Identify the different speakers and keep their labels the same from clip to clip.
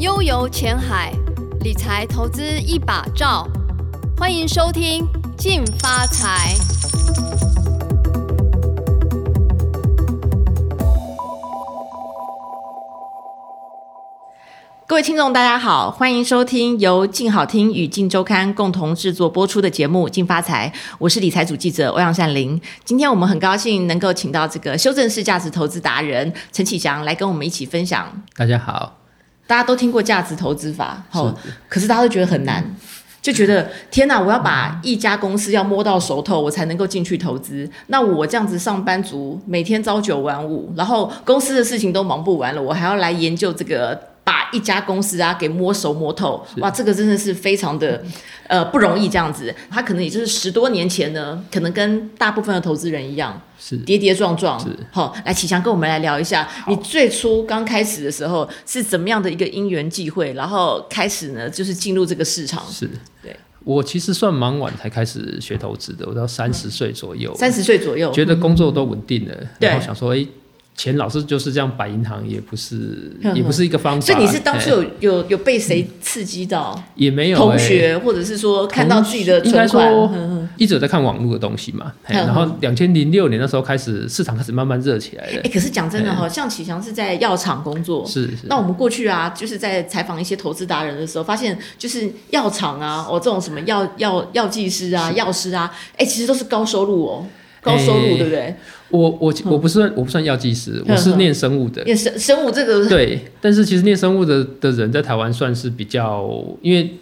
Speaker 1: 悠游前海，理财投资一把照。欢迎收听《进发财》。
Speaker 2: 各位听众，大家好，欢迎收听由静好听与静周刊共同制作播出的节目《静发财》，我是理财组记者欧阳善玲。今天我们很高兴能够请到这个修正式价值投资达人陈启祥来跟我们一起分享。
Speaker 3: 大家好，
Speaker 2: 大家都听过价值投资法，哦
Speaker 3: 是，
Speaker 2: 可是大家都觉得很难，就觉得天哪，我要把一家公司要摸到熟透，我才能够进去投资。那我这样子上班族，每天朝九晚五，然后公司的事情都忙不完了，我还要来研究这个。把一家公司啊给摸熟摸透，哇，这个真的是非常的，呃，不容易这样子。他可能也就是十多年前呢，可能跟大部分的投资人一样，
Speaker 3: 是
Speaker 2: 跌跌撞撞
Speaker 3: 是。
Speaker 2: 好，来启强跟我们来聊一下，你最初刚开始的时候是怎么样的一个因缘际会，然后开始呢就是进入这个市场，
Speaker 3: 是，
Speaker 2: 对
Speaker 3: 我其实算蛮晚才开始学投资的，我到三十岁左右，
Speaker 2: 嗯三十岁左右，
Speaker 3: 觉得工作都稳定了，
Speaker 2: 对
Speaker 3: 然后想说，哎、钱老是就是这样摆银行，也不是
Speaker 2: 呵呵
Speaker 3: 也不是一个方法，
Speaker 2: 所以你是当初有
Speaker 3: 哎
Speaker 2: 有有被谁刺激到？
Speaker 3: 也没有、
Speaker 2: 同
Speaker 3: 哎
Speaker 2: 学，或者是说看到自己的
Speaker 3: 应该
Speaker 2: 存款，
Speaker 3: 说
Speaker 2: 嗯嗯
Speaker 3: 一直有在看网络的东西嘛，哎
Speaker 2: 呵呵
Speaker 3: 然后两千零六年那时候开始市场开始慢慢热起来
Speaker 2: 哎、
Speaker 3: 了，
Speaker 2: 可是讲真的哈、像启强是在药厂工作。
Speaker 3: 是是
Speaker 2: 那我们过去啊，就是在采访一些投资达人的时候，发现就是药厂啊，哦，这种什么药药药剂师啊、药师啊，哎、其实都是高收入哦，高收入，
Speaker 3: 哎
Speaker 2: 对不对？
Speaker 3: 我我我不算我不算药剂师，我
Speaker 2: 呵
Speaker 3: 是
Speaker 2: 呵
Speaker 3: 念生物的，
Speaker 2: 因为生生物这个
Speaker 3: 对，但是其实念生物的的人在台湾算是比较，因为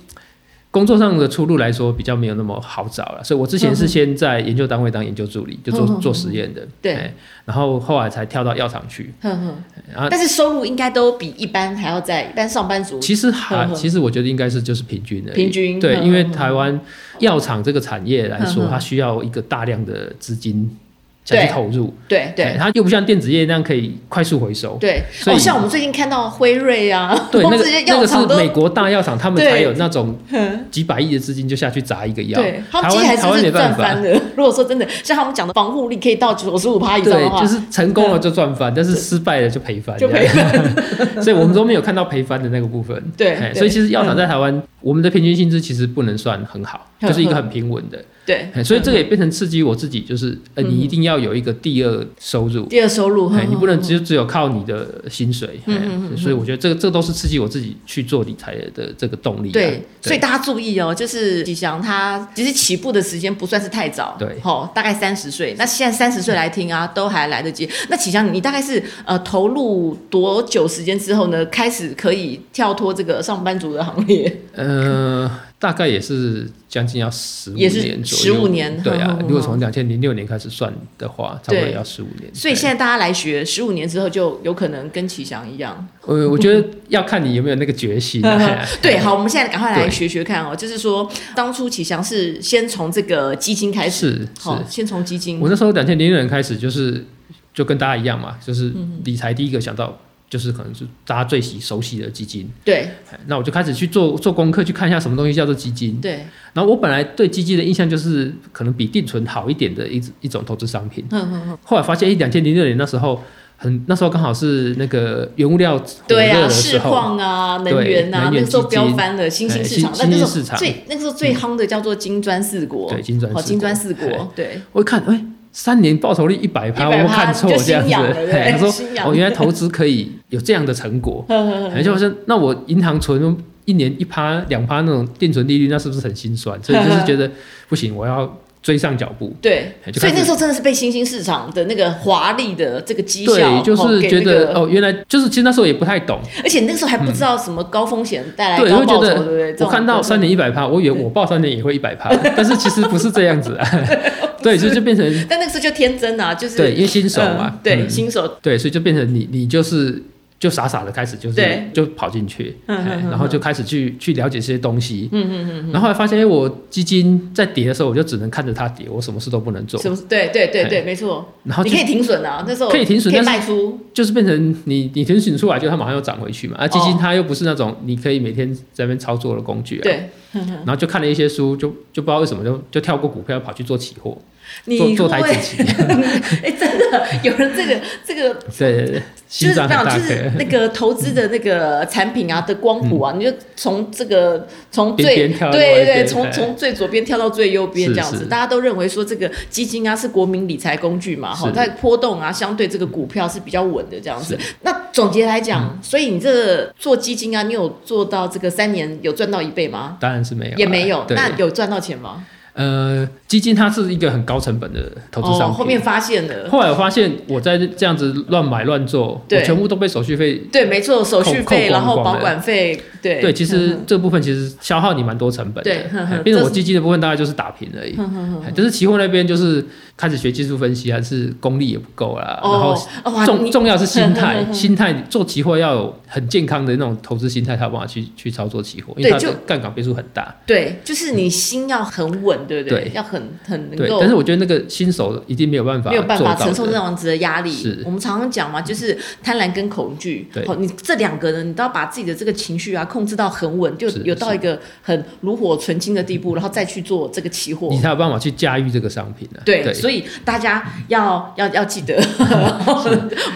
Speaker 3: 工作上的出路来说比较没有那么好找了，所以我之前是先在研究单位当研究助理，就做
Speaker 2: 嗯嗯嗯
Speaker 3: 做实验的，
Speaker 2: 对
Speaker 3: 哎然后后来才跳到药厂去，
Speaker 2: 哼哼，
Speaker 3: 然后
Speaker 2: 但是收入应该都比一般还要在一般上班族
Speaker 3: 其实还
Speaker 2: 嗯嗯
Speaker 3: 其实我觉得应该是就是平均的，
Speaker 2: 平均
Speaker 3: 对，
Speaker 2: 嗯嗯
Speaker 3: 因为台湾药厂这个产业来
Speaker 2: 嗯
Speaker 3: 说，
Speaker 2: 嗯
Speaker 3: 它需要一个大量的资金才
Speaker 2: 对
Speaker 3: 去投入，
Speaker 2: 对
Speaker 3: 哎
Speaker 2: 对
Speaker 3: 它又不像电子业那样可以快速回收，
Speaker 2: 对，
Speaker 3: 所以
Speaker 2: 哦，像我们最近看到辉瑞啊，
Speaker 3: 对， 那
Speaker 2: 这
Speaker 3: 个
Speaker 2: 些
Speaker 3: 那
Speaker 2: 药
Speaker 3: 个是
Speaker 2: 厂都
Speaker 3: 美国大药厂，他们才
Speaker 2: 对
Speaker 3: 有那种
Speaker 2: 哼
Speaker 3: 几百亿的资金就下去砸一个药
Speaker 2: 对，，他
Speaker 3: 台
Speaker 2: 们今
Speaker 3: 湾
Speaker 2: 天
Speaker 3: 台
Speaker 2: 还
Speaker 3: 湾
Speaker 2: 是
Speaker 3: 没办
Speaker 2: 赚
Speaker 3: 法
Speaker 2: 翻。了。 如果说真的像他们讲的防护力可以到九十五趴以上的
Speaker 3: 对，
Speaker 2: 话，
Speaker 3: 就是成功了就赚翻，但是失败了就赔翻，
Speaker 2: 啊就赔
Speaker 3: 翻， 所以我们都没有看到赔翻的那个部分。
Speaker 2: 对
Speaker 3: 哎
Speaker 2: 对
Speaker 3: 所以其实药厂在台湾，我们的平均薪资其实不能算很好，
Speaker 2: 嗯
Speaker 3: 就是一个很平稳的。
Speaker 2: 对嗯
Speaker 3: 哎，所以这个也变成刺激我自己，就是呃，你一定要有一个第二收入，
Speaker 2: 第二收入，
Speaker 3: 哎，你不能
Speaker 2: 哼
Speaker 3: 只只有靠你的薪水。
Speaker 2: 嗯
Speaker 3: 哎所以我觉得这个这都是刺激我自己去做理财的这个动力啊。
Speaker 2: 对，所以大家注意哦，就是吉祥他其实起步的时间不算是太早，
Speaker 3: 对
Speaker 2: 哦，大概三十岁。那现在三十岁来听啊，都还来得及。那启祥，你大概是呃投入多久时间之后呢，开始可以跳脱这个上班族的行 列？
Speaker 3: 呃，大概也是将近要十五
Speaker 2: 也是
Speaker 3: 年左右，
Speaker 2: 15年
Speaker 3: 对
Speaker 2: 哼
Speaker 3: 啊
Speaker 2: 哼。哼
Speaker 3: 如果从两千零六年开始算的话，差不多
Speaker 2: 对
Speaker 3: 也要十五年。
Speaker 2: 所以
Speaker 3: 对
Speaker 2: 现在大家来学，十五年之后就有可能跟启祥一样。
Speaker 3: 呃，我觉得要看你有没有那个决心啊、嘿啊。
Speaker 2: 对，好，我们现在赶快来
Speaker 3: 对
Speaker 2: 学学看哦。就是说，当初启祥是先从这个基金开始，
Speaker 3: 是是
Speaker 2: 好，，先从基金
Speaker 3: 我，那时候两千零六年开始，就是就跟大家一样嘛，就是理财第一个想到。就是可能是大家最喜熟悉的基金，
Speaker 2: 对
Speaker 3: 嘿那我就开始去做做功课，去看一下什么东西叫做基金。
Speaker 2: 对，
Speaker 3: 然后我本来对基金的印象就是可能比定存好一点的一一种投资商品，
Speaker 2: 哼哼哼，
Speaker 3: 后来发现，一两千零六年那时候很，那时候刚好是那个原物料火
Speaker 2: 对
Speaker 3: 热
Speaker 2: 啊，
Speaker 3: 的
Speaker 2: 市
Speaker 3: 时候，
Speaker 2: 况啊，
Speaker 3: 对
Speaker 2: 能源啊，
Speaker 3: 能
Speaker 2: 那
Speaker 3: 源
Speaker 2: 个时候
Speaker 3: 基
Speaker 2: 飙
Speaker 3: 金
Speaker 2: 翻了新兴
Speaker 3: 哎
Speaker 2: 市
Speaker 3: 新
Speaker 2: 场，但
Speaker 3: 新
Speaker 2: 那
Speaker 3: 兴
Speaker 2: 时
Speaker 3: 市
Speaker 2: 候
Speaker 3: 场嗯
Speaker 2: 最那个时候最夯的叫做金砖四国，
Speaker 3: 对金砖四
Speaker 2: 哦，
Speaker 3: 国
Speaker 2: 金砖四国
Speaker 3: 哎，
Speaker 2: 对，
Speaker 3: 我一看，哎、三年报酬率一百趴，
Speaker 2: 100%
Speaker 3: 我有看 错
Speaker 2: 就
Speaker 3: 这样
Speaker 2: 心
Speaker 3: 子
Speaker 2: 痒了对不，对
Speaker 3: 哎他说
Speaker 2: 心痒嗯
Speaker 3: 哦，原来投资可以有这样的 成果，
Speaker 2: 呵呵呵
Speaker 3: 哎，就好像那我银行存一年一趴两趴那种定存利率，那是不是很 心酸？所以就是觉得不行，我要追上脚步。
Speaker 2: 对，
Speaker 3: 哎就
Speaker 2: 所以
Speaker 3: 开始
Speaker 2: 那时候真的是被新兴市场的那个华丽的这个绩效，
Speaker 3: 对，就
Speaker 2: 哦
Speaker 3: 是
Speaker 2: 给
Speaker 3: 觉
Speaker 2: 那
Speaker 3: 得
Speaker 2: 个
Speaker 3: 哦，原来就是其实那时候也不太懂，
Speaker 2: 而且那个时候还不知道什么高风险带来
Speaker 3: 对，
Speaker 2: 高
Speaker 3: 会觉
Speaker 2: 报酬，对不对？嗯这
Speaker 3: 得
Speaker 2: 种
Speaker 3: 我看到
Speaker 2: 东西
Speaker 3: 三年一百趴，我以为我报三年也会一百趴，但是其实不是这样子 啊。对，所以就变成
Speaker 2: 但那个时候就天真啊，就是
Speaker 3: 对，因为新手
Speaker 2: 嗯
Speaker 3: 嘛，
Speaker 2: 对，
Speaker 3: 嗯
Speaker 2: 新手，
Speaker 3: 对，所以就变成你你就是就傻傻的开始就是
Speaker 2: 对
Speaker 3: 就跑进去，
Speaker 2: 嗯
Speaker 3: 哎
Speaker 2: 嗯嗯
Speaker 3: 然后就开始去去了解这些东西，嗯嗯嗯，然后后来发现，哎，我基金在跌的时候，我就只能看着它跌，我什么事都不能做，
Speaker 2: 什么？对对对
Speaker 3: 哎
Speaker 2: 对，没错，
Speaker 3: 然后
Speaker 2: 你
Speaker 3: 就
Speaker 2: 可以停损啊，那时候
Speaker 3: 可以停损
Speaker 2: 可以
Speaker 3: 但
Speaker 2: 卖出，
Speaker 3: 就是变成你你停损出来，就它马上又涨回去嘛，啊，基金
Speaker 2: 哦
Speaker 3: 它又不是那种你可以每天在那边操作的工具啊，
Speaker 2: 对，
Speaker 3: 然后就看了一些书，就就不知道为什么就就跳过股票跑去做期货，
Speaker 2: 你
Speaker 3: 坐坐
Speaker 2: 会
Speaker 3: 台
Speaker 2: 不会
Speaker 3: 子棋，
Speaker 2: 哎，真的有人这个这个
Speaker 3: 对对对，
Speaker 2: 就
Speaker 3: 心
Speaker 2: 是
Speaker 3: 脏
Speaker 2: 那
Speaker 3: 很
Speaker 2: 种
Speaker 3: 大
Speaker 2: 就是
Speaker 3: 颗，嗯
Speaker 2: 那个投资的那个产品啊的光谱啊，你就从这个从
Speaker 3: 边
Speaker 2: 最
Speaker 3: 边跳到另外
Speaker 2: 对
Speaker 3: 一
Speaker 2: 对，
Speaker 3: 边
Speaker 2: 从
Speaker 3: 哎
Speaker 2: 从最左边跳到最右边
Speaker 3: 是
Speaker 2: 这样子，
Speaker 3: 是
Speaker 2: 大家都认为说这个基金啊是国民理财工具嘛，哈，
Speaker 3: 是
Speaker 2: 在波动啊相对这个股票是比较稳的这样子。那总结来
Speaker 3: 嗯
Speaker 2: 讲，所以你这个做基金啊，你有做到这个三年有赚到一倍吗？
Speaker 3: 当然是没有啊，
Speaker 2: 也没有，
Speaker 3: 对，
Speaker 2: 那有赚到钱吗？
Speaker 3: 呃，基金它是一个很高成本的投资
Speaker 2: 哦，
Speaker 3: 商品。
Speaker 2: 后面发现了，
Speaker 3: 后来我发现，我在这样子乱买乱做，我
Speaker 2: 对
Speaker 3: 全部都被手续费。
Speaker 2: 对，没错，手续
Speaker 3: 扣扣
Speaker 2: 费，
Speaker 3: 光
Speaker 2: 然后
Speaker 3: 光
Speaker 2: 保
Speaker 3: 了
Speaker 2: 管费，对嗯
Speaker 3: 对，其实这部分其实消耗你蛮多成本的
Speaker 2: 对呵呵嗯
Speaker 3: 哎，变成
Speaker 2: 这
Speaker 3: 我
Speaker 2: 是
Speaker 3: 基金的部分大概就是打平而已。哎但是期货那边就是开始学技术分析啊，还是功力也不够啦，然后
Speaker 2: 哦，哦哇
Speaker 3: 重
Speaker 2: 你嗯
Speaker 3: 重要是心
Speaker 2: 哼
Speaker 3: 态
Speaker 2: 哼，哼
Speaker 3: 心态做期货要有很健康的那种投资心态，才有办法去去操作期货，因
Speaker 2: 对
Speaker 3: 为它
Speaker 2: 就
Speaker 3: 的杠杆变数很大。
Speaker 2: 对，就是你心要很稳，对不对？
Speaker 3: 对
Speaker 2: 要很很能
Speaker 3: 对，
Speaker 2: 够
Speaker 3: 但是我觉得那个新手一定没有办法
Speaker 2: 没有办法
Speaker 3: 做到
Speaker 2: 承受
Speaker 3: 的
Speaker 2: 这样子的压力
Speaker 3: 是。
Speaker 2: 我们常常讲嘛，就是贪婪跟恐惧。
Speaker 3: 对
Speaker 2: 好，你这两个呢，你都要把自己的这个情绪啊控制到很稳，就是有到一个很炉火纯青的地步，然后再去做这个期货
Speaker 3: 你。才有办法去驾驭这个商品啊。
Speaker 2: 对，
Speaker 3: 对
Speaker 2: 所以大家要要要记 得，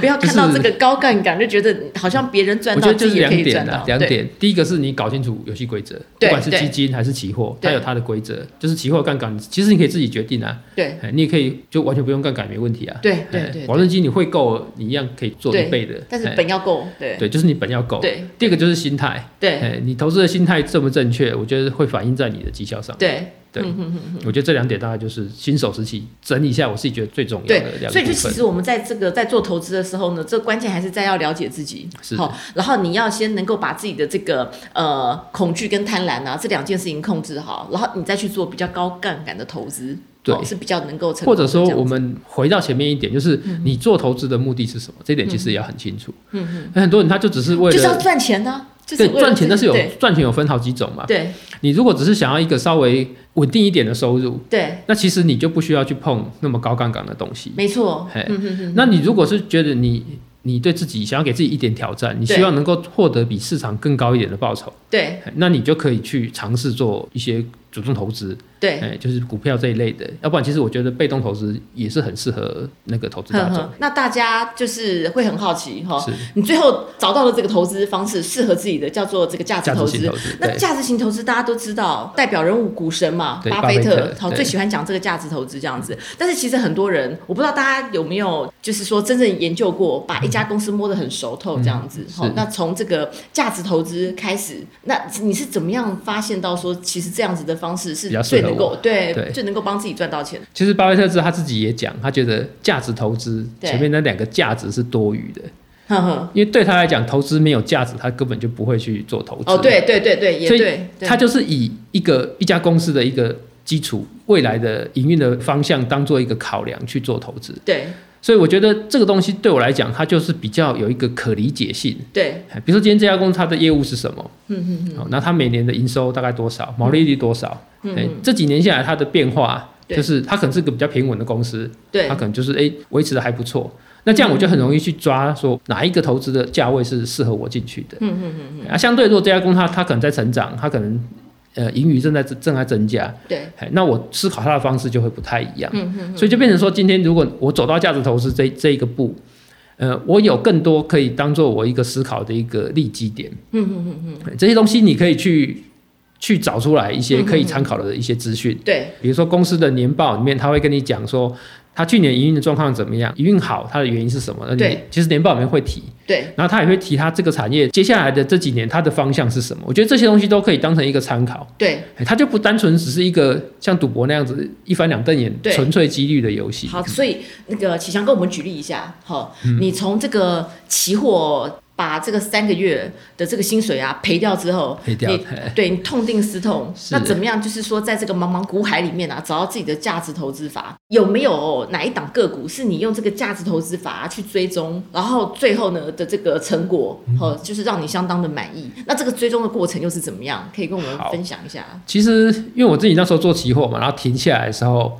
Speaker 2: 不要看到
Speaker 3: 就
Speaker 2: 这
Speaker 3: 是
Speaker 2: 个高杠杆就觉得好像别人赚
Speaker 3: 我觉
Speaker 2: 到，
Speaker 3: 得就
Speaker 2: 自
Speaker 3: 是
Speaker 2: 己也
Speaker 3: 两
Speaker 2: 可以赚
Speaker 3: 点
Speaker 2: 到
Speaker 3: 啊，。两
Speaker 2: 对，
Speaker 3: 点。第一个是你搞清楚游戏规则，不
Speaker 2: 对
Speaker 3: 管是
Speaker 2: 对
Speaker 3: 基金还是期货，
Speaker 2: 对
Speaker 3: 它有它的规则。就是期货杠杆，其实你可以自己决定啊，
Speaker 2: 对
Speaker 3: 哎你也可以就完全不用杠杆也没问题啊。
Speaker 2: 对对
Speaker 3: 哎
Speaker 2: 对
Speaker 3: 保证金你会够，你一样可以做
Speaker 2: 对
Speaker 3: 一倍的。
Speaker 2: 但是
Speaker 3: 哎
Speaker 2: 本要够，对
Speaker 3: 对，就是你本要够。
Speaker 2: 对
Speaker 3: 第二个就是心态，
Speaker 2: 对
Speaker 3: 哎，你投资的心态正不正确，我觉得会反映在你的绩效上。
Speaker 2: 对
Speaker 3: 对，
Speaker 2: 嗯
Speaker 3: 我觉得这两点大概就是新手时期整理一下，我自己觉得最重要
Speaker 2: 对
Speaker 3: 的，两
Speaker 2: 所
Speaker 3: 个
Speaker 2: 以就
Speaker 3: 部
Speaker 2: 其
Speaker 3: 分。
Speaker 2: 实我们在这个在做投资的时候呢，这关键还是在要了解自己，
Speaker 3: 是
Speaker 2: 好，然后你要先能够把自己的这个呃恐惧跟贪婪啊这两件事情控制好，然后你再去做比较高杠杆的投资，
Speaker 3: 对
Speaker 2: 哦是比较能够成功
Speaker 3: 或
Speaker 2: 的
Speaker 3: 者说，
Speaker 2: 这样子
Speaker 3: 我们回到前面一点，就是你做投资的目的是什么？这一点
Speaker 2: 嗯
Speaker 3: 其实也要很清楚。嗯嗯，很多人他就只是为
Speaker 2: 就是要
Speaker 3: 了。
Speaker 2: 赚钱呢、就是
Speaker 3: 对
Speaker 2: 为了
Speaker 3: 赚
Speaker 2: 自
Speaker 3: 钱，但
Speaker 2: 己
Speaker 3: 是有
Speaker 2: 对
Speaker 3: 赚钱有分好几种嘛。
Speaker 2: 对
Speaker 3: 你如果只是想要一个稍微稳定一点的收入，
Speaker 2: 对，
Speaker 3: 那其实你就不需要去碰那么高杠杆的东西。
Speaker 2: 没错，
Speaker 3: 嘿，
Speaker 2: 嗯
Speaker 3: 那你如果是觉得你你对自己想要给自己一点挑战，你
Speaker 2: 对
Speaker 3: 希望能够获得比市场更高一点的报酬，
Speaker 2: 对
Speaker 3: 嘿那你就可以去尝试做一些主动投资，
Speaker 2: 对。
Speaker 3: 哎，就是股票这一类的。要不然，其实我觉得被动投资也是很适合那个投资大
Speaker 2: 呵
Speaker 3: 众
Speaker 2: 呵，。那大家就是会很好奇哈
Speaker 3: 是，
Speaker 2: 你最后找到了这个投资方式适合自己的，叫做这个价值
Speaker 3: 价值
Speaker 2: 投
Speaker 3: 型
Speaker 2: 资
Speaker 3: 投。资，
Speaker 2: 那
Speaker 3: 对
Speaker 2: 价值型投资大家都知道，代表人物股神嘛，
Speaker 3: 对
Speaker 2: 巴
Speaker 3: 巴菲特
Speaker 2: 特，好
Speaker 3: 对
Speaker 2: 最喜欢讲这个价值投资这样子。但是其实很多人，我不知道大家有没有就是说真正研究过，把一家公司摸得很熟透这样子。好、
Speaker 3: 嗯是
Speaker 2: 那从这个价值投资开始，那你是怎么样发现到说，其实这样子的方式是
Speaker 3: 比较适
Speaker 2: 最
Speaker 3: 合
Speaker 2: 能够对
Speaker 3: 对
Speaker 2: 最能够帮自己赚到钱？
Speaker 3: 其实巴菲特是他自己也讲，他觉得价值投资
Speaker 2: 对
Speaker 3: 前面那两个价值是多余的，
Speaker 2: 呵呵，
Speaker 3: 因为对他来讲，投资没有价值，他根本就不会去做投资。
Speaker 2: 哦，，对对对对，也
Speaker 3: 所以
Speaker 2: 对，对
Speaker 3: 他就是以一个一家公司的一个基础，未来的营运的方向当做一个考量去做投资。
Speaker 2: 对
Speaker 3: 所以我觉得这个东西对我来讲，它就是比较有一个可理解性。
Speaker 2: 对
Speaker 3: 哎比如说今天这家公司它的业务是什么？嗯嗯嗯。那它每年的营收大概多少？毛利率多少？嗯，这几年下来它的变化，哎
Speaker 2: 对
Speaker 3: 就是它可能是个比较平稳的公司，
Speaker 2: 对
Speaker 3: 它可能就是哎维持的还不错。那这样我就很容易去抓说哪一个投资的价位是适合我进去的。嗯嗯嗯。啊，相对如果这家公司它它可能在成长，它可能呃盈余正在正在增加，
Speaker 2: 对
Speaker 3: 哎，那我思考它的方式就会不太一样。所以就变成说，今天如果我走到价值投资这这一个步，呃，我有更多可以当做我一个思考的一个利基点。嗯嗯嗯嗯，嗯这些东西你可以去去找出来一些可以参考的一些资讯。
Speaker 2: 对
Speaker 3: 比如说公司的年报里面，他会跟你讲说，他去年营运的状况怎么样，营运好，它的原因是什么？那你
Speaker 2: 对，
Speaker 3: 其实年报里面会提，
Speaker 2: 对
Speaker 3: 然后他也会提他这个产业接下来的这几年它的方向是什么。我觉得这些东西都可以当成一个参考。
Speaker 2: 对，
Speaker 3: 哎它就不单纯只是一个像赌博那样子一翻两瞪眼、
Speaker 2: 对
Speaker 3: 纯粹几率的游戏。
Speaker 2: 好，所以那个启强跟我们举例一下，好，你从这个期货把这个三个月的这个薪水啊赔掉之后，
Speaker 3: 赔掉
Speaker 2: 你
Speaker 3: 嘿
Speaker 2: 对你痛定思痛，
Speaker 3: 是
Speaker 2: 那怎么样？就是说，在这个茫茫股海里面啊，找到自己的价值投资法，有没有哪一档个股是你用这个价值投资法、去追踪，然后最后呢的这个成果，
Speaker 3: 嗯
Speaker 2: 哦，就是让你相当的满意？那这个追踪的过程又是怎么样？可以跟我们
Speaker 3: 好
Speaker 2: 分享一下？
Speaker 3: 其实因为我自己那时候做期货嘛，然后停下来的时候，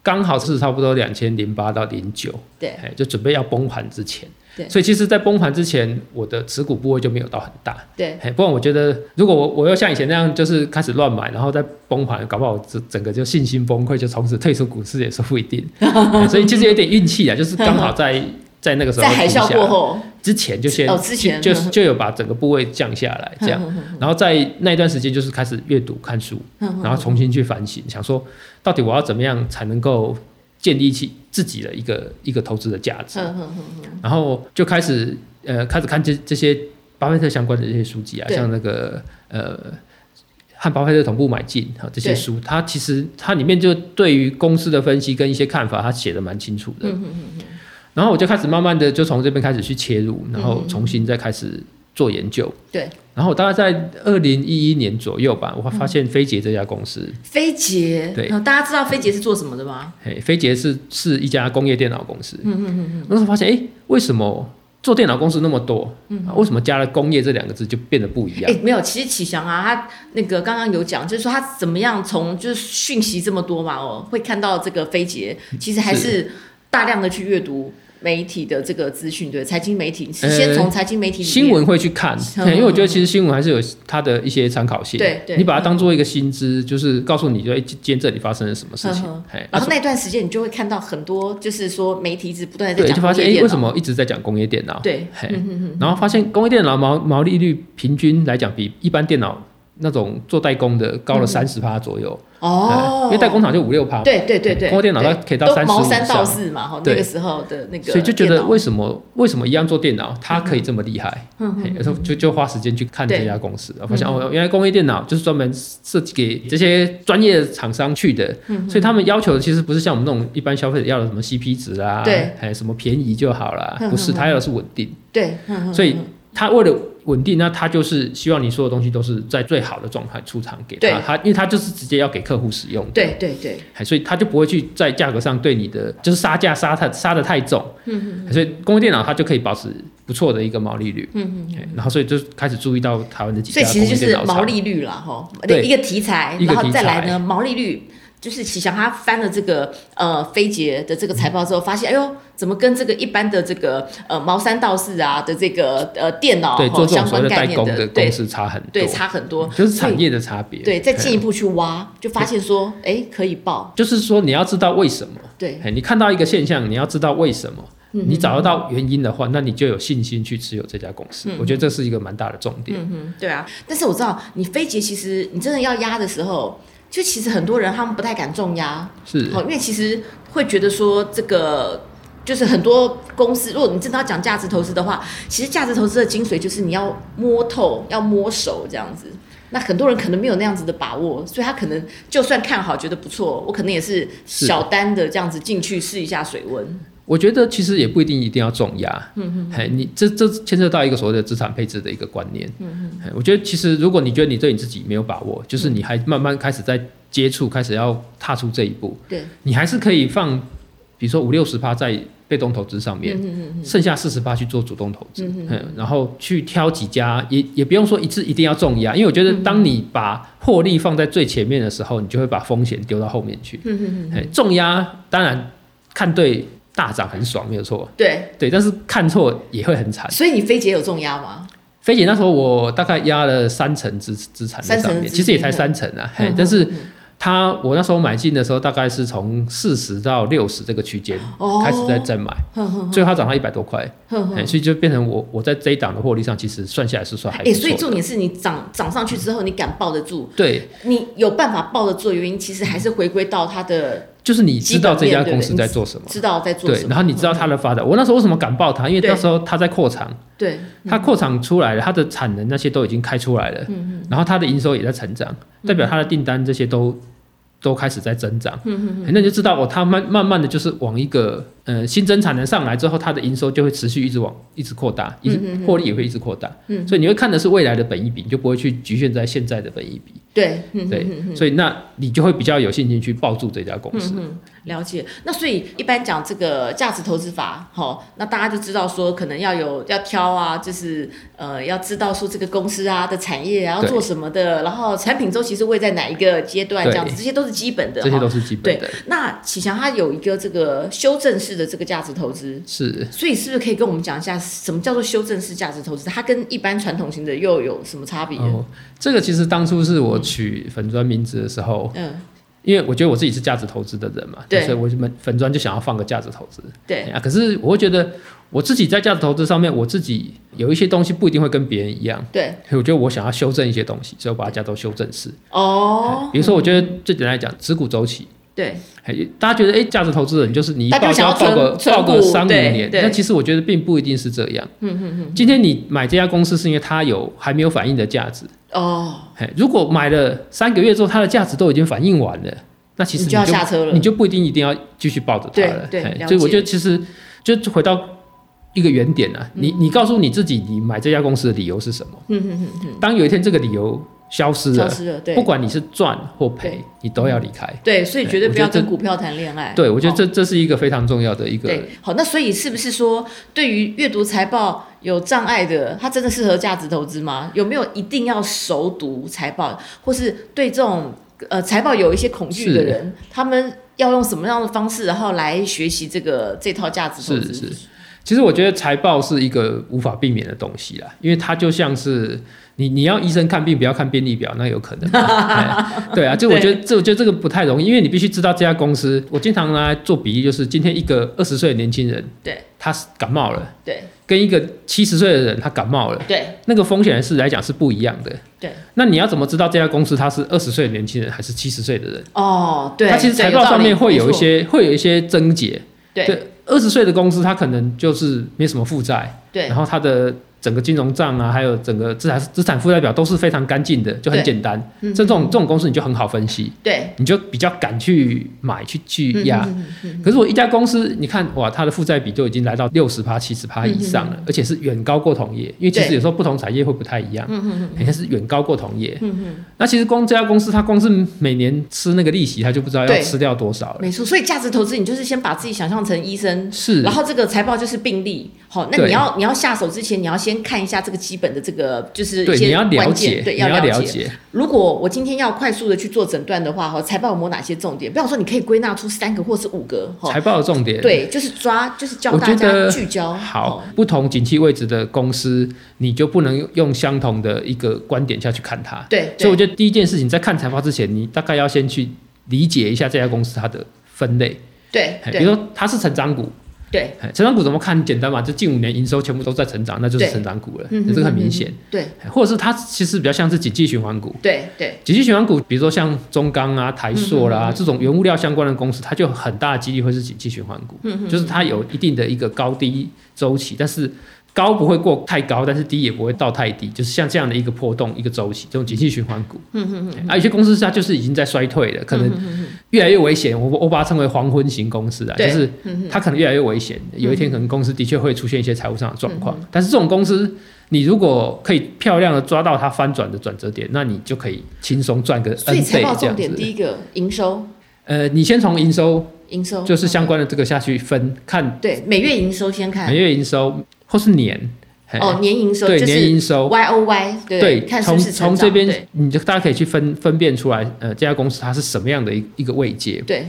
Speaker 3: 刚好是差不多两千零八到零九，
Speaker 2: 对
Speaker 3: 哎，就准备要崩盘之前。
Speaker 2: 对
Speaker 3: 所以其实，在崩盘之前，我的持股部位就没有到很大。
Speaker 2: 对，
Speaker 3: 嘿，哎不然我觉得，如果我我又像以前那样，就是开始乱买，然后再崩盘，搞不好我整整个就信心崩溃，就从此退出股市也是不一 定。嘿所以其实有点运气啊，就是刚好在在那个时候
Speaker 2: 在海啸
Speaker 3: 停下
Speaker 2: 过后，
Speaker 3: 之前就先
Speaker 2: 哦之前嗯
Speaker 3: 就就就有把整个部位降下来，这样，然后在那一段时间就是开始阅读看书，
Speaker 2: 嗯
Speaker 3: 然后重新去反省，想说到底我要怎么样才能够建立起自己的一个一个投资的价值，
Speaker 2: 嗯哼哼，
Speaker 3: 然后就开始呃开始看这这些巴菲特相关的这些书籍啊，
Speaker 2: 对
Speaker 3: 像那个呃和巴菲特同步买进啊这些
Speaker 2: 对
Speaker 3: 书，它其实它里面就对于公司的分析跟一些看法，它写的蛮清楚
Speaker 2: 嗯
Speaker 3: 的。然后我就开始慢慢的就从这边开始去切入，然后重新再开始做研究。
Speaker 2: 对，
Speaker 3: 然后大概在二零一一年左右吧，我发
Speaker 2: 嗯
Speaker 3: 现飞捷这家公司，
Speaker 2: 飞捷，
Speaker 3: 对
Speaker 2: 嗯大家知道飞捷是做什么的吗？
Speaker 3: 嘿，飞捷是是一家工业电脑公司。嗯嗯嗯那时候发现，哎、为什么做电脑公司那么多？嗯、啊，为什么加了工业这两个字就变得不一样？
Speaker 2: 哎，没有，其实启祥啊，他那个刚刚有讲，就是说他怎么样从就是讯息这么多嘛，哦，会看到这个飞捷，其实还是大量的去阅读媒体的这个资讯，对，财经媒体，
Speaker 3: 呃
Speaker 2: 先从财经媒体里面
Speaker 3: 新，闻会去看，
Speaker 2: 嗯
Speaker 3: 嘿因为我觉得其实新闻还是有它的一些参考性。啊
Speaker 2: 对对嗯
Speaker 3: 你把它当做一个新知，就是告诉你，就哎，今天这里发生了什么事
Speaker 2: 嗯
Speaker 3: 情
Speaker 2: 哼。
Speaker 3: 嘿，
Speaker 2: 然
Speaker 3: 啊
Speaker 2: 后那段时间你就会看到很多，就是说媒体一直不断的在
Speaker 3: 对，
Speaker 2: 讲
Speaker 3: 就发现
Speaker 2: 工业
Speaker 3: 哎，
Speaker 2: 电
Speaker 3: 为
Speaker 2: 脑
Speaker 3: 什么一直在讲工业电脑？
Speaker 2: 对，嗯
Speaker 3: 嘿，然后发现工业电脑毛毛利率平均来讲，比一般电脑那种做代工的高了三十趴左右。
Speaker 2: 嗯哦
Speaker 3: 嘿，呃因为代工厂就五六趴。
Speaker 2: 对对对对，
Speaker 3: 光电脑它
Speaker 2: 对
Speaker 3: 可以到
Speaker 2: 都
Speaker 3: 35
Speaker 2: 毛
Speaker 3: 以
Speaker 2: 三到
Speaker 3: 上
Speaker 2: 四嘛，哈，那
Speaker 3: 对
Speaker 2: 个时候的那个，
Speaker 3: 所以就觉得为什么为什么一样做电脑，它可以这么厉害？
Speaker 2: 嗯
Speaker 3: 嘿有时候就就花时间去看这家公司，然后发现哦，原来工业电脑就是专门设计给这些专业厂商去的，
Speaker 2: 嗯
Speaker 3: 所以他们要求的其实不是像我们那种一般消费者要的什么 CP 值啊，
Speaker 2: 对，
Speaker 3: 还什么便宜就好啦
Speaker 2: 嗯，
Speaker 3: 不是，他要的是稳定，
Speaker 2: 对，嗯嗯
Speaker 3: 所以他为了。稳定，那他就是希望你所有东西都是在最好的状态出厂给
Speaker 2: 对
Speaker 3: 他，他因为他就是直接要给客户使用的。
Speaker 2: 对对对，
Speaker 3: 哎所以他就不会去在价格上对你的就是杀价杀太杀的太重，嗯嗯，所以工业电脑它就可以保持不错的一个毛利率，嗯嗯，然后所以就开始注意到台湾的几
Speaker 2: 所
Speaker 3: 家
Speaker 2: 以
Speaker 3: 工
Speaker 2: 其实
Speaker 3: 业
Speaker 2: 就
Speaker 3: 电
Speaker 2: 是
Speaker 3: 脑
Speaker 2: 毛
Speaker 3: 厂，
Speaker 2: 利率了哈，
Speaker 3: 对
Speaker 2: 一个题材，
Speaker 3: 一个
Speaker 2: 然后
Speaker 3: 题
Speaker 2: 再来
Speaker 3: 材
Speaker 2: 呢，毛利率就是启祥他翻了这个呃飞捷的这个财报之后，发现哎呦，怎么跟这个一般的这个呃毛三到四啊的这个呃电脑
Speaker 3: 对，
Speaker 2: 吼
Speaker 3: 做这种
Speaker 2: 相
Speaker 3: 所谓
Speaker 2: 关
Speaker 3: 的
Speaker 2: 概
Speaker 3: 代
Speaker 2: 念
Speaker 3: 工
Speaker 2: 的，
Speaker 3: 的公
Speaker 2: 对
Speaker 3: 司差很多，嗯
Speaker 2: 对，差很多，
Speaker 3: 就是
Speaker 2: 所以
Speaker 3: 产业的啊差别，
Speaker 2: 对，再进一
Speaker 3: 嘿。
Speaker 2: 步去挖，就发现说哎可以报，
Speaker 3: 就是说，你要知道为什么，
Speaker 2: 对
Speaker 3: 嘿你看到一个现象，你要知道为什么，
Speaker 2: 嗯
Speaker 3: 你找得到原因的话，那你就有信心去持有这家公司。我觉得这是一个蛮大的重点。
Speaker 2: 嗯，对啊。但是我知道你飞捷其实你真的要压的时候。就其实很多人他们不太敢重压，
Speaker 3: 是，
Speaker 2: 好，因为其实会觉得说这个。就是很多公司，如果你真的要讲价值投资的话，其实价值投资的精髓就是你要摸透、要摸熟这样子。那很多人可能没有那样子的把握，所以他可能就算看好觉得不错，我可能也是
Speaker 3: 是
Speaker 2: 小单的这样子进去试一下水温。
Speaker 3: 我觉得其实也不一定一定要重压，嗯嗯，嘿，你这这牵涉到一个所谓的资产配置的一个观念，嗯嗯，我觉得其实如果你觉得你对你自己没有把握，就是你还慢慢开始在接触，开始要踏出这一步，
Speaker 2: 对，
Speaker 3: 你还是可以放，比如说五六十趴在被动投资上面，剩下四十趴去做主动投资，嗯，然后去挑几家，也也不用说一次一定要重压，因为我觉得当你把获利放在最前面的时候，你就会把风险丢到后面去，嗯嗯，重压当然看对大涨很爽，没有错，
Speaker 2: 对，
Speaker 3: 对，但是看错也会很惨。
Speaker 2: 所以你飞姐有重压吗？
Speaker 3: 菲姐那时候我大概压了三成资资产在上
Speaker 2: 三成资金
Speaker 3: 面，
Speaker 2: 哦嗯
Speaker 3: 其实也才三成啊，嘿，但是。它我那时候买进的时候，大概是从四十到六十这个区间、
Speaker 2: 哦
Speaker 3: 开始在在买，最后它涨到一百多块，嘿所以就变成我我在这一档的获利上，其实算下来是算还
Speaker 2: 哎、
Speaker 3: 不错的。
Speaker 2: 所以重点是你涨涨上去之后，你敢抱得住，
Speaker 3: 对，
Speaker 2: 你有办法抱得住的原因，其实还是回归到他的
Speaker 3: 就是你知道这
Speaker 2: 基本
Speaker 3: 家
Speaker 2: 面对不对
Speaker 3: 公司在做什么，
Speaker 2: 知道在做
Speaker 3: 对
Speaker 2: 什，么。
Speaker 3: 然后你知道它的发展。我那时候为什么敢报它？因为
Speaker 2: 对
Speaker 3: 那时候它在扩厂，
Speaker 2: 对，
Speaker 3: 它扩厂出来了，它的产能那些都已经开出来了，
Speaker 2: 嗯
Speaker 3: 然后它的营收也在成长，代表它的订单这些都都开始在增长，
Speaker 2: 嗯
Speaker 3: 那你就知道哦，它慢慢慢的就是往一个呃新增产能上来之后，它的营收就会持续一直往一直扩大，
Speaker 2: 嗯
Speaker 3: 一直获利也会一直扩大，所以你会看的是未来的本益比，你就不会去局限在现在的本益比，
Speaker 2: 对，嗯嗯
Speaker 3: 对，所以那你就会比较有信心去抱住这家公司。
Speaker 2: 了解。那所以一般讲这个价值投资法，哈、那大家就知道说可能要有要挑啊，就是呃要知道说这个公司啊的产业啊要
Speaker 3: 对
Speaker 2: 做什么的，然后产品周期是位在哪一个阶段这样子，
Speaker 3: 对
Speaker 2: 这些都是基本的。
Speaker 3: 这些
Speaker 2: 哈
Speaker 3: 都是基本
Speaker 2: 哦对
Speaker 3: 的，。
Speaker 2: 那启强它有一个这个修正式的这个价值投资。
Speaker 3: 是
Speaker 2: 所以是不是可以跟我们讲一下，什么叫做修正式价值投资？它跟一般传统型的又有什么差别？
Speaker 3: 哦，这个其实当初是我取粉砖名字的时候，
Speaker 2: 嗯，
Speaker 3: 因为我觉得我自己是价值投资的人嘛，
Speaker 2: 对
Speaker 3: 所以我就粉粉砖就想要放个价值投资。
Speaker 2: 对，
Speaker 3: 啊，可是我会觉得我自己在价值投资上面，我自己有一些东西不一定会跟别人一样，
Speaker 2: 对，
Speaker 3: 所以我觉得我想要修正一些东西，所以我把它叫做修正式。
Speaker 2: 哦，
Speaker 3: 比如说，我觉得最简单来讲，持股周期。
Speaker 2: 对，
Speaker 3: 哎大家觉得，哎，价值投资人就是你一
Speaker 2: 大家
Speaker 3: 报就
Speaker 2: 想要
Speaker 3: 报个
Speaker 2: 存
Speaker 3: 报个
Speaker 2: 存股
Speaker 3: 三五
Speaker 2: 对
Speaker 3: 年，
Speaker 2: 对
Speaker 3: 那其实我觉得并不一定是这样。嗯嗯嗯。今天你买这家公司是因为它有还没有反映的价值，
Speaker 2: 哦，
Speaker 3: 哎，如果买了三个月之后，它的价值都已经反映完了，那其实
Speaker 2: 你
Speaker 3: 你
Speaker 2: 就要下车了嗯
Speaker 3: 你就不一定一定要继续抱着它了。
Speaker 2: 对对
Speaker 3: 嘿
Speaker 2: 了
Speaker 3: 所以我
Speaker 2: 解
Speaker 3: 觉得其实就回到一个原点啊，你你告诉你自己，你买这家公司的理由是什么？
Speaker 2: 嗯哼哼哼，
Speaker 3: 当有一天这个理由消失
Speaker 2: 消
Speaker 3: 了，
Speaker 2: 失了，对
Speaker 3: 不，管你是赚或赔
Speaker 2: 对，
Speaker 3: 你都要离开。
Speaker 2: 对，所以绝对
Speaker 3: 我
Speaker 2: 不
Speaker 3: 觉得
Speaker 2: 要跟
Speaker 3: 这
Speaker 2: 股票谈恋爱。
Speaker 3: 对，我觉
Speaker 2: 哦
Speaker 3: 得这这是一个非常重要的一个
Speaker 2: 对，好，那所以是不是说，对于阅读财报有障碍的，他真的适合价值投资吗？有没有一定要熟读财报，或是对这种呃财报有一些恐惧的
Speaker 3: 是
Speaker 2: 人，他们要用什么样的方式，然后来学习这个这套价值投
Speaker 3: 是
Speaker 2: 资？
Speaker 3: 是，其实我觉得财报是一个无法避免的东西啦，因为它就像是你你要医生看病，不要看病历表，那有可 能吗。哎对啊，就我觉得这我觉得这个不太容易，因为你必须知道这家公司。我经常拿来做比喻，就是今天一个二十岁的年轻人，
Speaker 2: 对，
Speaker 3: 他是感冒了，
Speaker 2: 对
Speaker 3: 跟一个七十岁的人他感冒了，
Speaker 2: 对
Speaker 3: 那个风险是来讲是不一样的。
Speaker 2: 对，
Speaker 3: 那你要怎么知道这家公司他是二十岁的年轻人还是七十岁的人？
Speaker 2: 哦，对，
Speaker 3: 它其实
Speaker 2: 对
Speaker 3: 财报上面会有
Speaker 2: 道理
Speaker 3: 一，
Speaker 2: 没错
Speaker 3: 些会有一些症结。
Speaker 2: 对
Speaker 3: 二十岁的公司，它可能就是没什么负债，
Speaker 2: 对
Speaker 3: 然后它的整个金融账啊，还有整个资产资产负债表都是非常干净的，就很
Speaker 2: 对嗯
Speaker 3: 简单。这这种这种公司你就很好分析，
Speaker 2: 对，
Speaker 3: 你就比较敢去买去去压。
Speaker 2: 嗯嗯嗯嗯
Speaker 3: 可是我一家公司，你看哇，它的负债比就已经来到六十趴、七十趴以上
Speaker 2: 嗯
Speaker 3: 了，而且是远高过同业，因为其实
Speaker 2: 对
Speaker 3: 有时候不同产业会不太一样，嗯是远高过同业。
Speaker 2: 嗯嗯
Speaker 3: 那其实光这家公司，它光是每年吃那个利息，它就不知道
Speaker 2: 对
Speaker 3: 要吃掉多少了。
Speaker 2: 没错，所以价值投资，你就是先把自己想象成医生，
Speaker 3: 是，
Speaker 2: 然后这个财报就是病例，好，那你
Speaker 3: 对
Speaker 2: 要你要下手之前，你要先看一下这个基本的这个就是一
Speaker 3: 对，你
Speaker 2: 些
Speaker 3: 要了
Speaker 2: 关键，
Speaker 3: 解，
Speaker 2: 对，
Speaker 3: 你要
Speaker 2: 了
Speaker 3: 了
Speaker 2: 解。
Speaker 3: 解，
Speaker 2: 如果我今天要快速的去做诊断的话，哈，财报有没有哪些重点？比方说，你可以归纳出三个或是五个，哈，
Speaker 3: 财报的重点。，
Speaker 2: 对，就是抓，就是教
Speaker 3: 我
Speaker 2: 大
Speaker 3: 觉
Speaker 2: 家
Speaker 3: 得
Speaker 2: 聚焦，
Speaker 3: 好
Speaker 2: 哦，，
Speaker 3: 不同景气位置的公司，你就不能用相同的一个观点下去看它。
Speaker 2: 对，
Speaker 3: 所以我
Speaker 2: 就
Speaker 3: 觉得第一件事情，在看财报之前，你大概要先去理解一下这家公司它的分类，
Speaker 2: 对
Speaker 3: 嘿比
Speaker 2: 对
Speaker 3: 如说它是成长股，
Speaker 2: 对
Speaker 3: 嘿成长股怎么看？简单嘛，就近五年营收全部都在成长，那就是
Speaker 2: 对
Speaker 3: 成长股了，
Speaker 2: 嗯
Speaker 3: 这个很明显。
Speaker 2: 对
Speaker 3: 嘿或者是它其实比较像是景气循环股。
Speaker 2: 对对嗯
Speaker 3: 景气循环股，比如说像中钢啊、台塑啦、这种原物料相关的公司，它就有很大的几率会是景气循环股，
Speaker 2: 嗯
Speaker 3: 就是它有一定的一个高低周期，但是高不会过太高，但是低也不会到太低，就是像这样的一个波动一个周期，这种景气循环股。
Speaker 2: 嗯
Speaker 3: 啊，有些公司它就是已经在衰退了，可能越来越危险。我我把它称为黄昏型公司啊，就
Speaker 2: 对嗯
Speaker 3: 是它可能越来越危险，有一天可能公司的确会出现一些财务上的状况。
Speaker 2: 嗯
Speaker 3: 但是这种公司，你如果可以漂亮的抓到它翻转的转折点，那你就可以轻松赚个
Speaker 2: 所
Speaker 3: N
Speaker 2: 以
Speaker 3: 倍嗯这
Speaker 2: 财报
Speaker 3: 样
Speaker 2: 重点第
Speaker 3: 子。
Speaker 2: 一个营收，
Speaker 3: 呃，你先从营收
Speaker 2: 营收
Speaker 3: 就是相关的这个下去分，看
Speaker 2: 对每月营收先看
Speaker 3: 每，月营收或是年，嘿
Speaker 2: 哦，年营收
Speaker 3: 对
Speaker 2: 就
Speaker 3: 年
Speaker 2: 是
Speaker 3: 营收。
Speaker 2: Y O Y，对，看是
Speaker 3: 从
Speaker 2: 不是
Speaker 3: 从
Speaker 2: 成长
Speaker 3: 这边
Speaker 2: 对
Speaker 3: 你就大家可以去分分辨出来，呃，这家公司它是什么样的一一个位阶。
Speaker 2: 对。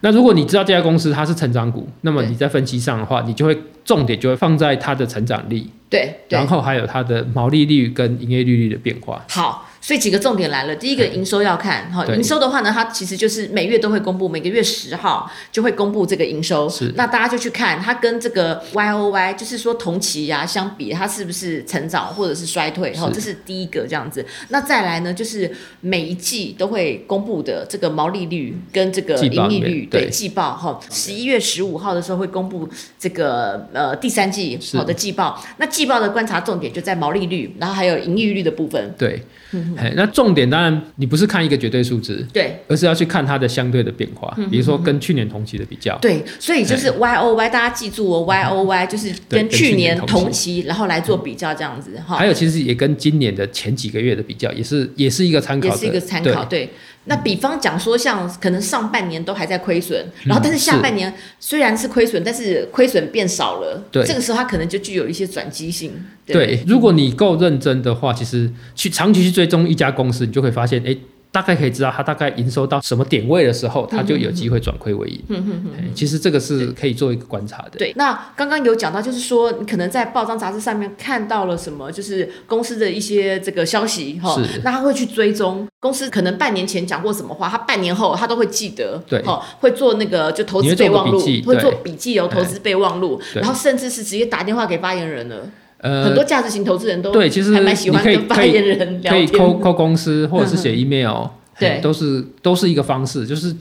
Speaker 3: 那如果你知道这家公司它是成长股，那么
Speaker 2: 对
Speaker 3: 你在分析上的话，你就会重点就会放在它的成长率，
Speaker 2: 对，对
Speaker 3: 然后还有它的毛利率跟营业利率的变化。
Speaker 2: 好，所以几个重点来了。第一个营收要看哈，
Speaker 3: 啊嗯对
Speaker 2: 营收的话呢，它其实就是每月都会公布，每个月十号就会公布这个营收。
Speaker 3: 是
Speaker 2: 那大家就去看它跟这个 Y O Y，就是说同期呀、相比，它是不是成长或者是衰退？哈，
Speaker 3: 是
Speaker 2: 这是第一个这样子。那再来呢，就是每一季都会公布的这个毛利率跟这个
Speaker 3: 季报
Speaker 2: 盈利
Speaker 3: 里面
Speaker 2: 率，
Speaker 3: 对
Speaker 2: 对季报哈。十一月十五号的时候会公布这个呃第三季
Speaker 3: 是
Speaker 2: 好的季报。那季报的观察重点就在毛利率，然后还有盈利率的部分。
Speaker 3: 对，
Speaker 2: 嗯
Speaker 3: 哎，那重点当然你不是看一个绝对数值，
Speaker 2: 对，
Speaker 3: 而是要去看它的相对的变
Speaker 2: 嗯
Speaker 3: 化，比如说跟去年同期的比较。
Speaker 2: 对，所以就是 Y O Y，大家记住哦，Y O Y 就是
Speaker 3: 哎嗯对
Speaker 2: 跟
Speaker 3: 跟
Speaker 2: 去年
Speaker 3: 去年
Speaker 2: 同
Speaker 3: 同嗯
Speaker 2: 期，然后来做比较这样子哈
Speaker 3: 还，有，其实也跟今年的前几个月的比较，也是也是一个参考
Speaker 2: 也
Speaker 3: 的，
Speaker 2: 是一个参考。
Speaker 3: 对。嗯
Speaker 2: 对，那比方讲说，像可能上半年都还在亏损，然后但是下
Speaker 3: 嗯是
Speaker 2: 半年虽然是亏损，但是亏损变少了，
Speaker 3: 对
Speaker 2: 这个时候它可能就具有一些转机性。不
Speaker 3: 对，如果你够认真的话，其实去长期去追踪一家公司，你就可以发现，哎，大概可以知道它大概营收到什么点位的时候，它就有机会转亏为盈。
Speaker 2: 嗯哼哼。
Speaker 3: 哎其实这个是可以做一个观察的。
Speaker 2: 对，那刚刚有讲到，就是说你可能在报章杂志上面看到了什么，就是公司的一些这个消息哈
Speaker 3: 是，
Speaker 2: 那他会去追踪公司可能半年前讲过什么话，他半年后他都会记得，
Speaker 3: 对
Speaker 2: 哈，会做那个就投
Speaker 3: 你
Speaker 2: 资
Speaker 3: 会做
Speaker 2: 备
Speaker 3: 个
Speaker 2: 忘录
Speaker 3: 笔记，
Speaker 2: 会
Speaker 3: 对
Speaker 2: 做笔记哦，投资备忘录，
Speaker 3: 对
Speaker 2: 然后甚至是直接打电话给发言人了，很
Speaker 3: 呃
Speaker 2: 多，价值型投资人都
Speaker 3: 对，其实
Speaker 2: 还蛮喜
Speaker 3: 你
Speaker 2: 欢
Speaker 3: 可以
Speaker 2: 跟发
Speaker 3: 可以
Speaker 2: 言人聊
Speaker 3: 可以
Speaker 2: 天
Speaker 3: 扣
Speaker 2: 的，
Speaker 3: 扣公司，或者是写 email，
Speaker 2: 对
Speaker 3: 哎都是都是一个方式，就是。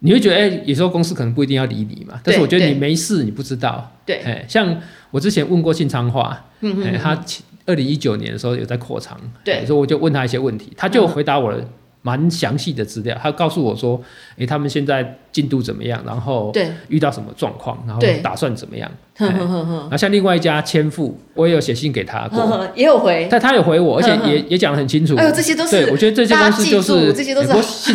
Speaker 3: 你会觉得，哎、有时候公司可能不一定要理你嘛，但是
Speaker 2: 对
Speaker 3: 我觉得你
Speaker 2: 对
Speaker 3: 没事，你不知道，
Speaker 2: 对，
Speaker 3: 哎，像我之前问过信昌化，
Speaker 2: 嗯
Speaker 3: 哎，他二零一九年的时候有在扩厂，
Speaker 2: 对嗯
Speaker 3: 哎所以我就问他一些问题，他就回答我了蛮详细的资料，他告诉我说，哎，他们现在进度怎么样，然后
Speaker 2: 对，
Speaker 3: 遇到什么状况，然后
Speaker 2: 对
Speaker 3: 打算怎么样。
Speaker 2: 呵呵
Speaker 3: 哎
Speaker 2: 呵呵
Speaker 3: 然后像另外一家千富，我也有写信给他
Speaker 2: 呵
Speaker 3: 过，
Speaker 2: 呵，也有回，
Speaker 3: 但他有回我，而且
Speaker 2: 嗯嗯
Speaker 3: 也也讲得很清楚。
Speaker 2: 哎呦，这些都
Speaker 3: 对，
Speaker 2: 是
Speaker 3: 我觉得这些
Speaker 2: 大家
Speaker 3: 公司就
Speaker 2: 记住
Speaker 3: 是，
Speaker 2: 这些都是
Speaker 3: 哎不过 信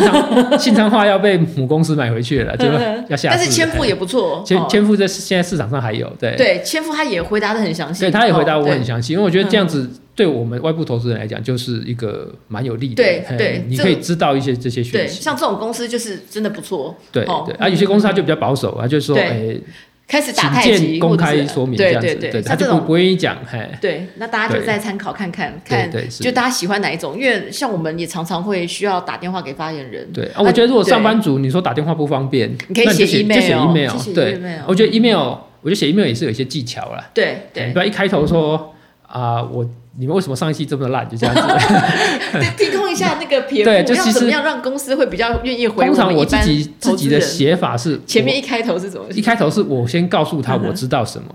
Speaker 3: 昌信昌化要被母公司买回去了，就
Speaker 2: 嗯
Speaker 3: 要下市了。
Speaker 2: 但是千富也不错，
Speaker 3: 哎千
Speaker 2: 哦
Speaker 3: 千富在现在市场上还有，对
Speaker 2: 对，千富他也回答的很详细，
Speaker 3: 对，他也回答
Speaker 2: 哦
Speaker 3: 我
Speaker 2: 对嗯
Speaker 3: 很详细，因为我觉得这样子对我们外部投资人来讲，就是一个蛮有利的。
Speaker 2: 对
Speaker 3: 嘿
Speaker 2: 对
Speaker 3: 你
Speaker 2: 这
Speaker 3: 可以知道一些这些讯
Speaker 2: 对，
Speaker 3: 息。
Speaker 2: 像这种公司就是真的不错，
Speaker 3: 对
Speaker 2: 哦
Speaker 3: 对啊，有些公司他就比较保守，他就说，
Speaker 2: 对
Speaker 3: 哎，
Speaker 2: 开始打
Speaker 3: 请
Speaker 2: 太极，
Speaker 3: 见公
Speaker 2: 或者
Speaker 3: 开
Speaker 2: 是
Speaker 3: 说明这
Speaker 2: 对
Speaker 3: 样
Speaker 2: 对
Speaker 3: 子，
Speaker 2: 对，
Speaker 3: 对，他
Speaker 2: 像这
Speaker 3: 就不
Speaker 2: 种。
Speaker 3: 不愿意讲，嘿，
Speaker 2: 对，那大家就
Speaker 3: 对
Speaker 2: 再参考看看，
Speaker 3: 对
Speaker 2: 看
Speaker 3: 对是
Speaker 2: 就大家喜欢哪一种，因为像我们也常常会需要打电话给发言人，
Speaker 3: 对啊，
Speaker 2: 啊
Speaker 3: 我觉得如果
Speaker 2: 对
Speaker 3: 上班族你说打电话不方便，
Speaker 2: 你可以
Speaker 3: 那
Speaker 2: 写
Speaker 3: 就写就写
Speaker 2: email，
Speaker 3: email，
Speaker 2: 就写
Speaker 3: 对
Speaker 2: email，
Speaker 3: 我觉得 email，我觉得写 email 也是有一些技巧啦，
Speaker 2: 对对
Speaker 3: 不要一开头说啊，我你们为什么上一期这么烂，就这 样子。
Speaker 2: 对，提供一下那 个撇
Speaker 3: 嗯对
Speaker 2: 步，
Speaker 3: 就
Speaker 2: 要
Speaker 3: 其
Speaker 2: 怎么
Speaker 3: 实
Speaker 2: 样让公司会比较愿意回
Speaker 3: 通常
Speaker 2: 们
Speaker 3: 我
Speaker 2: 一
Speaker 3: 自
Speaker 2: 般
Speaker 3: 己
Speaker 2: 投
Speaker 3: 自
Speaker 2: 资
Speaker 3: 己的
Speaker 2: 人
Speaker 3: 写法是，
Speaker 2: 前面一开头是怎么
Speaker 3: 我？一开头是我先告诉他我知道什么。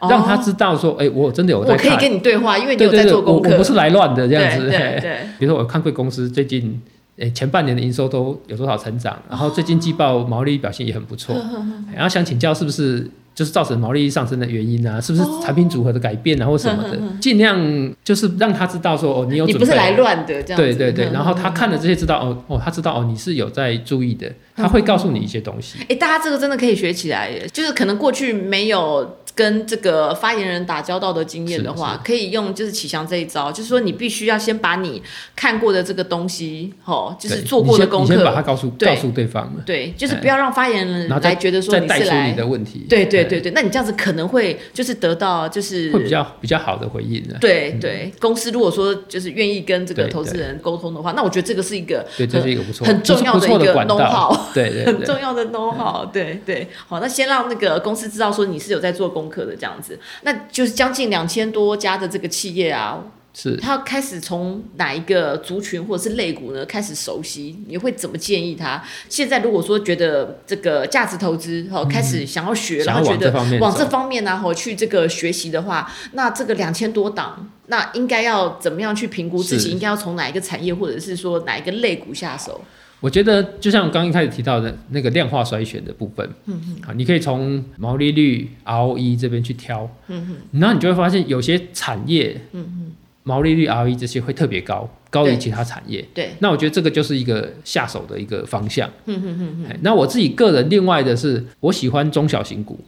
Speaker 2: 哦
Speaker 3: 让他知道说，哎、我真的有
Speaker 2: 我
Speaker 3: 在
Speaker 2: 可以
Speaker 3: 看，
Speaker 2: 跟你对话，因为你
Speaker 3: 对
Speaker 2: 有
Speaker 3: 对
Speaker 2: 在
Speaker 3: 对，
Speaker 2: 做
Speaker 3: 我
Speaker 2: 功
Speaker 3: 我
Speaker 2: 课
Speaker 3: 不，是来乱的这样子。
Speaker 2: 对对
Speaker 3: 嘿
Speaker 2: 对，
Speaker 3: 比如说我看贵公司最近，哎、前半年的营收都有多少成
Speaker 2: 哦
Speaker 3: 长，然后最近季报毛利表现也很不错，哎然后想请教是不是就是造成毛利上升的原因啊？是不是
Speaker 2: 哦
Speaker 3: 产品组合的改变啊，或什么的？尽量就是让他知道说，哦，你有
Speaker 2: 你
Speaker 3: 准备，
Speaker 2: 不是来乱的这样子，
Speaker 3: 对对对，
Speaker 2: 嗯
Speaker 3: 然后他看了这些，知道哦哦，他知道哦，你是有在注意
Speaker 2: 嗯
Speaker 3: 的，他会告诉你一些东西。
Speaker 2: 哎、大家这个真的可以学起来耶，就是可能过去没有跟这个发言人打交道的经验的
Speaker 3: 是
Speaker 2: 话，可以用就是启祥这一招，就是说你必须要先把你看过的这个东西，哦，就是
Speaker 3: 对
Speaker 2: 做过的
Speaker 3: 你先
Speaker 2: 功
Speaker 3: 你先把
Speaker 2: 课，
Speaker 3: 它告诉
Speaker 2: 对
Speaker 3: 告诉对方嘛，
Speaker 2: 对，就是
Speaker 3: 哎
Speaker 2: 不要让发言人
Speaker 3: 然后
Speaker 2: 来觉得说
Speaker 3: 再
Speaker 2: 你
Speaker 3: 带
Speaker 2: 是
Speaker 3: 出
Speaker 2: 来
Speaker 3: 你，的问题。
Speaker 2: 对对
Speaker 3: 哎
Speaker 2: 对对，那你这样子可能会就是得到就是
Speaker 3: 会比较比较好的回应啊的。
Speaker 2: 对对，公司如果说就是愿意跟这个
Speaker 3: 对
Speaker 2: 投资
Speaker 3: 对
Speaker 2: 人沟通的话，那我觉得这个是一个
Speaker 3: 对，这是一个不错、
Speaker 2: 很重要
Speaker 3: 不
Speaker 2: 的
Speaker 3: 是
Speaker 2: 一
Speaker 3: 不错
Speaker 2: 个
Speaker 3: 的管
Speaker 2: know how
Speaker 3: 道。。对对嗯
Speaker 2: 很重
Speaker 3: 对，
Speaker 2: 要的 know how，对对，好，那先让那个公司知道说你是有在做功课的这样子，那就是将近两千多家的这个企业啊，
Speaker 3: 是
Speaker 2: 他开始从哪一个族群或者是类股呢开始熟悉？你会怎么建议他？现在如果说觉得这个价值投资哈、哦开始想要学，然
Speaker 3: 嗯想要
Speaker 2: 后觉
Speaker 3: 往这
Speaker 2: 得
Speaker 3: 方面
Speaker 2: 往这
Speaker 3: 走
Speaker 2: 方面呢、啊、哈、去这个学习的话，那这个两千多档，那应该要怎么样去评估自己
Speaker 3: 是
Speaker 2: 应该要从哪一个产业或者是说哪一个类股下手？
Speaker 3: 我觉得就像刚一开始提到的那个量化筛选的部分，嗯嗯，好，你可以从毛利率、ROE 这边去挑，嗯嗯，然后你就会发现有些产业，嗯嗯，毛利率、ROE 这些会特别高，高于
Speaker 2: 对
Speaker 3: 其他产业。
Speaker 2: 对，
Speaker 3: 那我觉得这个就是一个下手的一个方向。嗯嗯嗯。那我自己个人另外的是，我喜欢中小型股。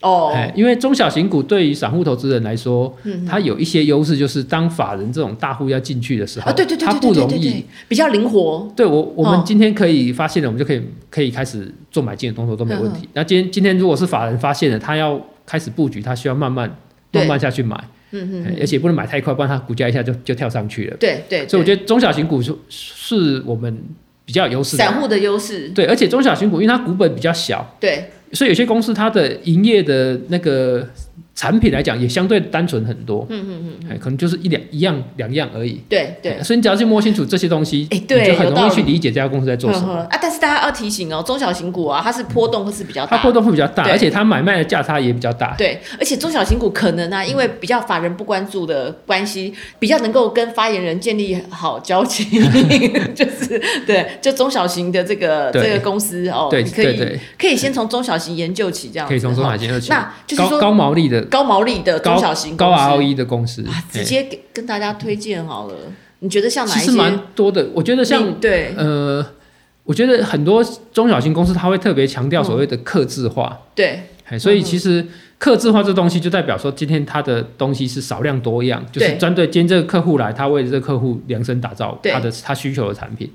Speaker 2: 哦，嗯
Speaker 3: 哎，因为中小型股对于散户投资人来说，它有一些优势，就是当法人这种大户要进去的时候，
Speaker 2: 啊，对对对
Speaker 3: 它
Speaker 2: 对对
Speaker 3: 不
Speaker 2: 对
Speaker 3: 容
Speaker 2: 对
Speaker 3: 易
Speaker 2: 对。，比较灵活，
Speaker 3: 对我，我
Speaker 2: 哦
Speaker 3: 们今天可以发现了，我们就可以可以开始做买进的动作都没问
Speaker 2: 嗯
Speaker 3: 题。那今天今天如果是法人发现了，他要开始布局，他需要慢慢
Speaker 2: 对
Speaker 3: 慢慢下去买，
Speaker 2: 嗯嗯，
Speaker 3: 哎而且不能买太快，不然它股价一下就就跳上去了。
Speaker 2: 对对，
Speaker 3: 所以我觉
Speaker 2: 得
Speaker 3: 得中小型股是是我们比较有优势的。
Speaker 2: 散户的优势，
Speaker 3: 对，而且中小型股因为它股本比较小，
Speaker 2: 对
Speaker 3: 所以有些公司它的营业的那个产品来讲，也相对单纯很多。嗯嗯嗯，可能就是一两一样两样而已。
Speaker 2: 对对
Speaker 3: 哎，所以你只要去摸清楚这些东西，
Speaker 2: 哎对
Speaker 3: 你就很
Speaker 2: 有道
Speaker 3: 容易
Speaker 2: 理
Speaker 3: 去理解这家公司在 做什
Speaker 2: 呵呵
Speaker 3: 么。
Speaker 2: 啊？但是大家要提醒哦，中小型股啊，它是波动会是比较
Speaker 3: 它
Speaker 2: 大
Speaker 3: 波。动会比较大，
Speaker 2: 对
Speaker 3: 而且它买卖的价差也比较大。
Speaker 2: 对，而且中小型股可能啊，因为比较法人不关注的关系，比较能够跟发言人建立好交情， 就是对，就中小型的这个这
Speaker 3: 对
Speaker 2: 个公司哦，
Speaker 3: 对
Speaker 2: 你可以
Speaker 3: 对对
Speaker 2: 可以先从中小型研究起，这样子
Speaker 3: 可以从中
Speaker 2: 哦
Speaker 3: 小型二期，
Speaker 2: 那就是
Speaker 3: 高
Speaker 2: 说
Speaker 3: 高毛利的、
Speaker 2: 高毛利的中
Speaker 3: 高
Speaker 2: 小型
Speaker 3: 高 E
Speaker 2: 公司
Speaker 3: ROE 的公司
Speaker 2: 啊，，直
Speaker 3: 哎
Speaker 2: 接给跟大家推荐好了。你觉得像哪
Speaker 3: 其
Speaker 2: 一
Speaker 3: 实
Speaker 2: 些
Speaker 3: 蛮？多的。我觉得像
Speaker 2: 你对
Speaker 3: 呃，我觉
Speaker 2: 嗯
Speaker 3: 得很多中小型公司它会特别强调所谓的克制化。
Speaker 2: 对
Speaker 3: 哎，所以其实克制化这东西就代表说，今天它的东西是少量多样，就是
Speaker 2: 对
Speaker 3: 针对今天这个客户来，他为这个客户量身打造
Speaker 2: 对嗯
Speaker 3: 他的他需求的产品。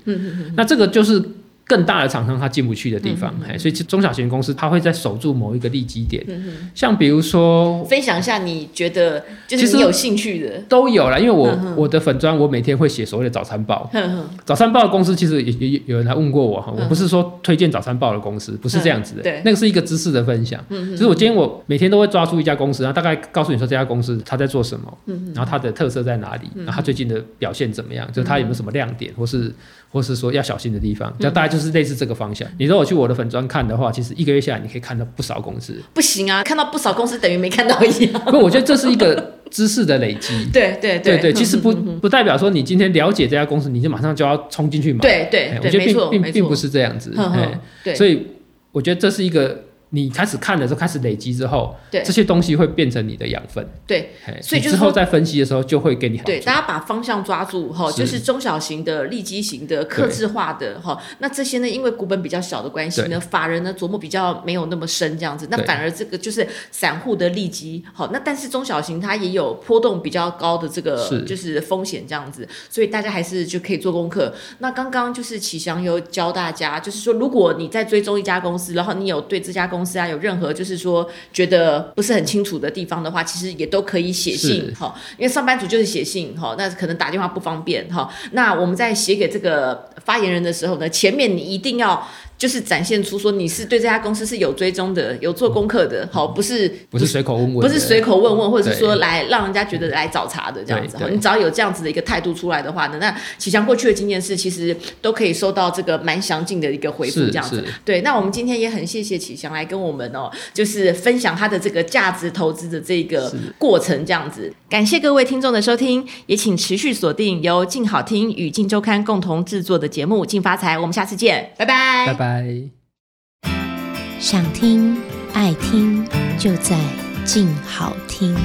Speaker 3: 那这个就是更大的厂商他进不去的地
Speaker 2: 嗯
Speaker 3: 方，哎，所以其实中小型公司它会在守住某一个利基点，
Speaker 2: 嗯
Speaker 3: 像比如说
Speaker 2: 分享一下你觉得就
Speaker 3: 其
Speaker 2: 是
Speaker 3: 实
Speaker 2: 你有兴趣的，
Speaker 3: 都有啦，因为我、
Speaker 2: 嗯哼
Speaker 3: 我的粉砖我每天会写所谓的早餐报，
Speaker 2: 哼哼，
Speaker 3: 早餐报的公司其实也也也有人来问过我哈，
Speaker 2: 嗯
Speaker 3: 我不是说推荐早餐报的公司，不是这样子的，
Speaker 2: 嗯对
Speaker 3: 那个是一个知识的分享。嗯，就是我今天我每天都会抓住一家公司，然后大概告诉你说这家公司它在做什么，嗯，然后它的特色在哪里，然后它最近的表现怎么样，就是它有没有什么亮点，或是或是说要小心的地方，就大概就是类似这个方向。你如果去我的粉砖看的话，其实一个月下来你可以看到不少 公司，
Speaker 2: 不行啊，看到不少公司等于没看到一样。。
Speaker 3: 不过我觉得这是一个知识的累积
Speaker 2: 对对嗯
Speaker 3: 对嗯
Speaker 2: 对
Speaker 3: 对，其实不不代表说你今天了解这家公司，你就马上就要冲进去买。
Speaker 2: 嗯对
Speaker 3: 哎
Speaker 2: 对
Speaker 3: 我
Speaker 2: 对，
Speaker 3: 觉得
Speaker 2: 没
Speaker 3: 并
Speaker 2: 错
Speaker 3: 并
Speaker 2: 没
Speaker 3: 并不
Speaker 2: 错，
Speaker 3: 是这样子，
Speaker 2: 哼
Speaker 3: 哎
Speaker 2: 哼，对，
Speaker 3: 所以我觉得这是一个你开始看的时候开始累积之后，
Speaker 2: 对
Speaker 3: 这些东西会变成你的养分，
Speaker 2: 对
Speaker 3: 哎，
Speaker 2: 所以
Speaker 3: 你
Speaker 2: 就是
Speaker 3: 之后
Speaker 2: 说
Speaker 3: 再分析的时候就会给你好
Speaker 2: 对，
Speaker 3: 处
Speaker 2: 大。家把方向抓住哈，
Speaker 3: 是
Speaker 2: 就是中小型的、利基型的、克制化的哈。那这些呢，因为股本比较小的关系呢，法人呢琢磨比较没有那么深这样子，那
Speaker 3: 对
Speaker 2: 反而这个就是散户的利基好。那但是中小型它也有波动比较高的这个
Speaker 3: 是
Speaker 2: 就是风险这样子，所以大家还是就可以做功课。那刚刚就是启祥有教大家，就是说如果你在追踪一家公司，然后你有对这家公司啊有任何就是说觉得不是很清楚的地方的话，其实也都可以写信
Speaker 3: 是
Speaker 2: 哈、因为上班族就是写信哈、那可能打电话不方便哈、那我们在写给这个发言人的时候呢，前面你一定要就是展现出说你是对这家公司是有追踪的、有做功课的，好、不是
Speaker 3: 不是随口问问
Speaker 2: 不
Speaker 3: 的，
Speaker 2: 是随口问问，或者是
Speaker 3: 对
Speaker 2: 说来让人家觉得来找茬的这样子。
Speaker 3: 对
Speaker 2: 哈
Speaker 3: 对
Speaker 2: 你只要有这样子的一个态度出来的话呢，那启强过去的经验是，其实都可以收到这个蛮详尽的一个回复，
Speaker 3: 是
Speaker 2: 这样子
Speaker 3: 是。
Speaker 2: 对，那我们今天也很谢谢启强来跟我们哦，就是分享他的这个价值投资的这个过程，这样子。感谢各位听众的收听，也请持续锁定由静好听与静周刊共同制作的节目《静发财》，我们下次见，拜拜
Speaker 3: 拜拜。
Speaker 4: 想听爱听，就在静好听。